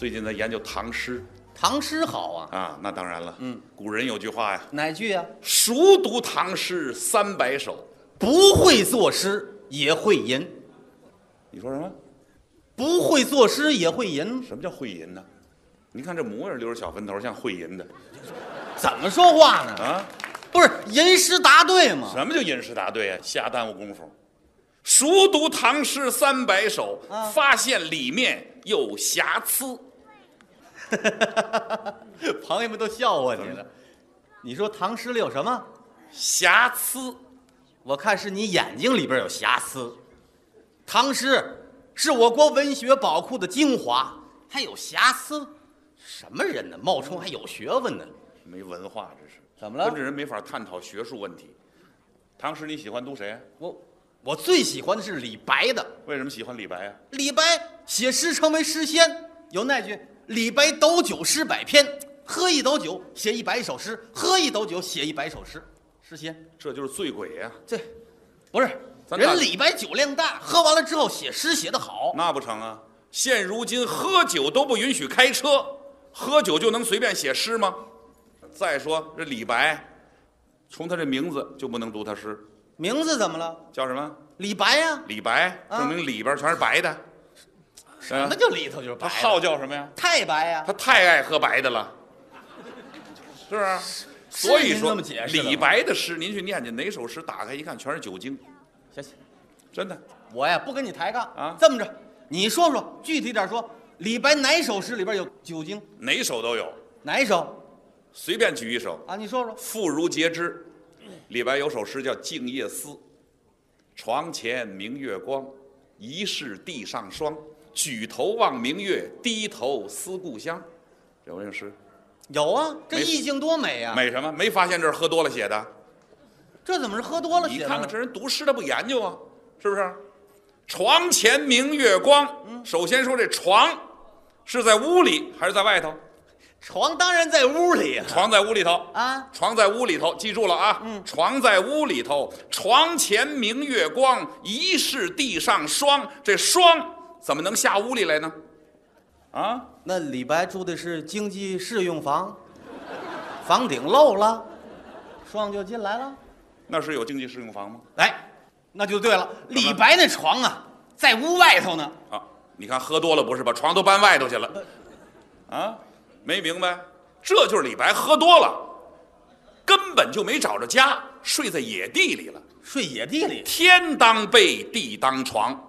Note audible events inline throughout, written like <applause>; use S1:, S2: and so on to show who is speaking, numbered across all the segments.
S1: 最近在研究唐诗
S2: 唐诗好啊，
S1: 啊，那当然了，嗯，古人有句话呀，
S2: 哪句啊？
S1: 熟读唐诗三百首。
S2: 不会作诗也会吟，
S1: 你说什么？
S2: 不会作诗也会吟，
S1: 什么叫会吟呢？你看这模样留着小分头，像会吟的
S2: 怎么说话呢？
S1: 啊？
S2: 不是吟诗答对吗？ <laughs>
S1: 什么叫吟诗答对啊？瞎耽误功夫。熟读唐诗三百首，发现里面有瑕疵。
S2: 朋友们都笑话你了。你说唐诗里有什么？
S1: 瑕疵，
S2: 我看是你眼睛里边有瑕疵。唐诗是我国文学宝库的精华，还有瑕疵？什么人呢？冒充还有学问呢？
S1: 没文化这是。
S2: 怎么
S1: 跟这人没法探讨学术问题。唐诗你喜欢读谁啊？
S2: 我我最喜欢的是李白的。
S1: 为什么喜欢李白啊？
S2: 李白写诗称为诗仙，有那句“李白斗酒诗百篇”，喝一斗酒写一百首诗，喝一斗酒写一百首诗，诗仙。
S1: 这就是醉鬼啊呀、
S2: 这不是
S1: 咱大
S2: 人李白酒量大，喝完了之后写诗写得好，
S1: 那不成啊！现如今喝酒都不允许开车，喝酒就能随便写诗吗？再说这李白，从他这名字就不能读他诗，
S2: 名字怎么了？
S1: 叫什么？
S2: 李白呀、
S1: 李白，
S2: 啊
S1: 证明里边全是白的。
S2: 什
S1: 啊
S2: 么，叫里头就是
S1: 他
S2: 白了？
S1: 号叫什么呀？
S2: 太白呀、
S1: 他太爱喝白的了，是不是？所以
S2: 您
S1: 说
S2: 这么解，释的吗
S1: 李白的诗，您去念去，哪首诗打开一看全是酒精，
S2: 行行，
S1: 真的。
S2: 我呀不跟你抬杠
S1: 啊
S2: 这么着，你说说具体点说，李白哪首诗里边有酒精？
S1: 哪首都有，
S2: 哪一首
S1: 随便举一首。
S2: 啊？你说说。
S1: 妇孺皆知，里边有首诗叫《静夜思》：床前明月光，疑是地上霜。举头望明月，低头思故乡。有没有诗？
S2: 有啊，这
S1: 没
S2: 意境多美呀、
S1: 美什么？没发现这是喝多了写的？
S2: 这怎么是喝多了
S1: 你
S2: 写的
S1: 看
S2: 呢？
S1: 看这人读诗他不研究啊，是不是？床前明月光，
S2: 嗯
S1: 首先说这床是在屋里还是在外头？
S2: 床当然在屋里呀
S1: 床在屋里头，
S2: 啊，
S1: 床在屋里头，记住了啊，床在屋里头，床前明月光，疑是地上霜。这霜怎么能下屋里来呢？啊，
S2: 那李白住的是经济适用房，房顶漏了，霜就进来了。
S1: 那是有经济适用房吗？
S2: 哎，那就对了，李白那床啊，在屋外头呢。
S1: 啊，你看喝多了不是把床都搬外头去了，啊，没明白？这就是李白喝多了，根本就没找着家，睡在野地里了。
S2: 睡野地里，
S1: 天当被，地当床，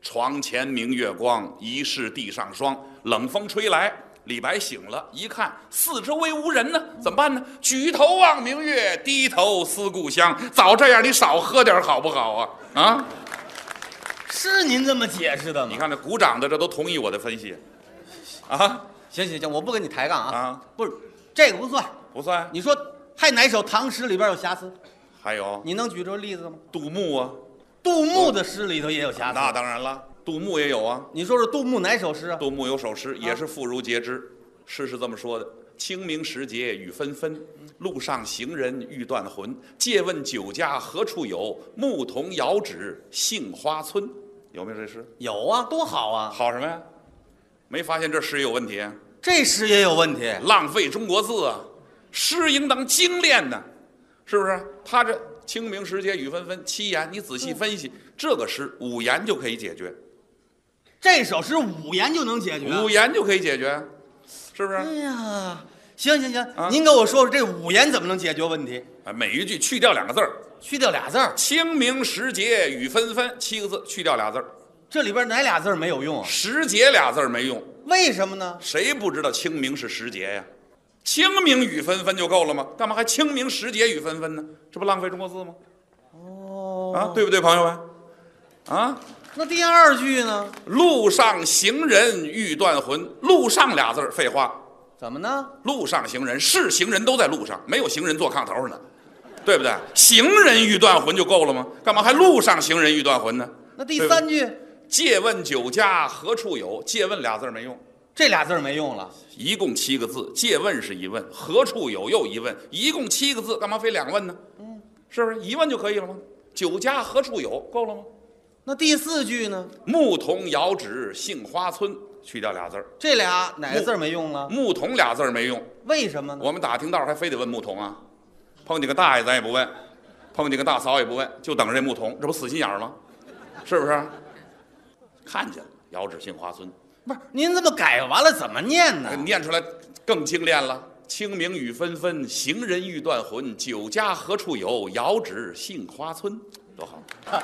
S1: 床前明月光，疑是地上霜。冷风吹来，李白醒了，一看四周围无人呢，怎么办呢？举头望明月，低头思故乡。早这样，你少喝点儿好不好啊？啊！
S2: 是您这么解释的
S1: 你
S2: 吗？
S1: 看这鼓掌的，这都同意我的分析，啊，
S2: 行行行，我不跟你抬杠啊。
S1: 啊，
S2: 不是，这个不算。
S1: 不算。
S2: 你说还哪首唐诗里边有瑕疵？
S1: 还有
S2: 你能举出例子吗？
S1: 杜牧啊，
S2: 杜牧的诗里头也有瑕疵。
S1: 那当然了，杜牧也有啊。
S2: 你说说杜牧哪首诗啊？
S1: 杜牧有首诗，也是妇孺皆知，诗是这么说的：“清明时节雨纷纷，路上行人欲断魂。借问酒家何处有？牧童遥指杏花村。”有没有这诗？
S2: 有啊，多好啊！
S1: 好什么呀？没发现这诗有问题？啊
S2: 这诗也有问题。
S1: 浪费中国字啊！诗应当精炼呢，是不是？他这“清明时节雨纷纷”七言，你仔细分析，
S2: 嗯
S1: 这个诗五言就可以解决，
S2: 这首诗五言就能解决。
S1: 五言就可以解决，啊是不是？
S2: 哎呀，行行行，
S1: 啊
S2: 您给我说说这五言怎么能解决问题？
S1: 啊，每一句去掉两个字儿。
S2: 去掉俩字儿，
S1: 清明时节雨纷纷七个字，去掉俩字儿，
S2: 这里边哪俩字儿没有用啊？
S1: 时节俩字儿没用，
S2: 为什么呢？
S1: 谁不知道清明是时节呀？清明雨纷纷就够了吗？干嘛还清明时节雨纷纷呢？这不浪费中国字吗？
S2: 哦，
S1: 啊，对不对，朋友们？啊，
S2: 那第二句呢？
S1: 路上行人欲断魂，路上俩字儿，废话，
S2: 怎么呢？
S1: 路上行人是行人都在路上，没有行人坐炕头上的，对不对？行人欲断魂就够了吗？干嘛还路上行人欲断魂呢？
S2: 那第三句，
S1: 借问酒家何处有？借问俩字儿没用，
S2: 这俩字儿没用了。
S1: 一共七个字。借问是一问，何处有又一问，一共七个字，干嘛非两问呢？嗯，是不是一问就可以了吗？酒家何处有？够了吗？
S2: 那第四句呢？
S1: 牧童遥指杏花村，去掉俩字儿，
S2: 这俩哪个字儿没用了？
S1: 木桶俩字儿没用。
S2: 为什么呢？
S1: 我们打听道儿还非得问木桶啊，碰见个大爷咱也不问，碰见个大嫂也不问，就等着这木桶，这不死心眼儿吗？是不是？看见了，遥指杏花村，
S2: 不是您这么改完了怎么念呢？
S1: 呃念出来更精炼了。清明雨纷纷，行人欲断魂。酒家何处有？遥指杏花村，多好！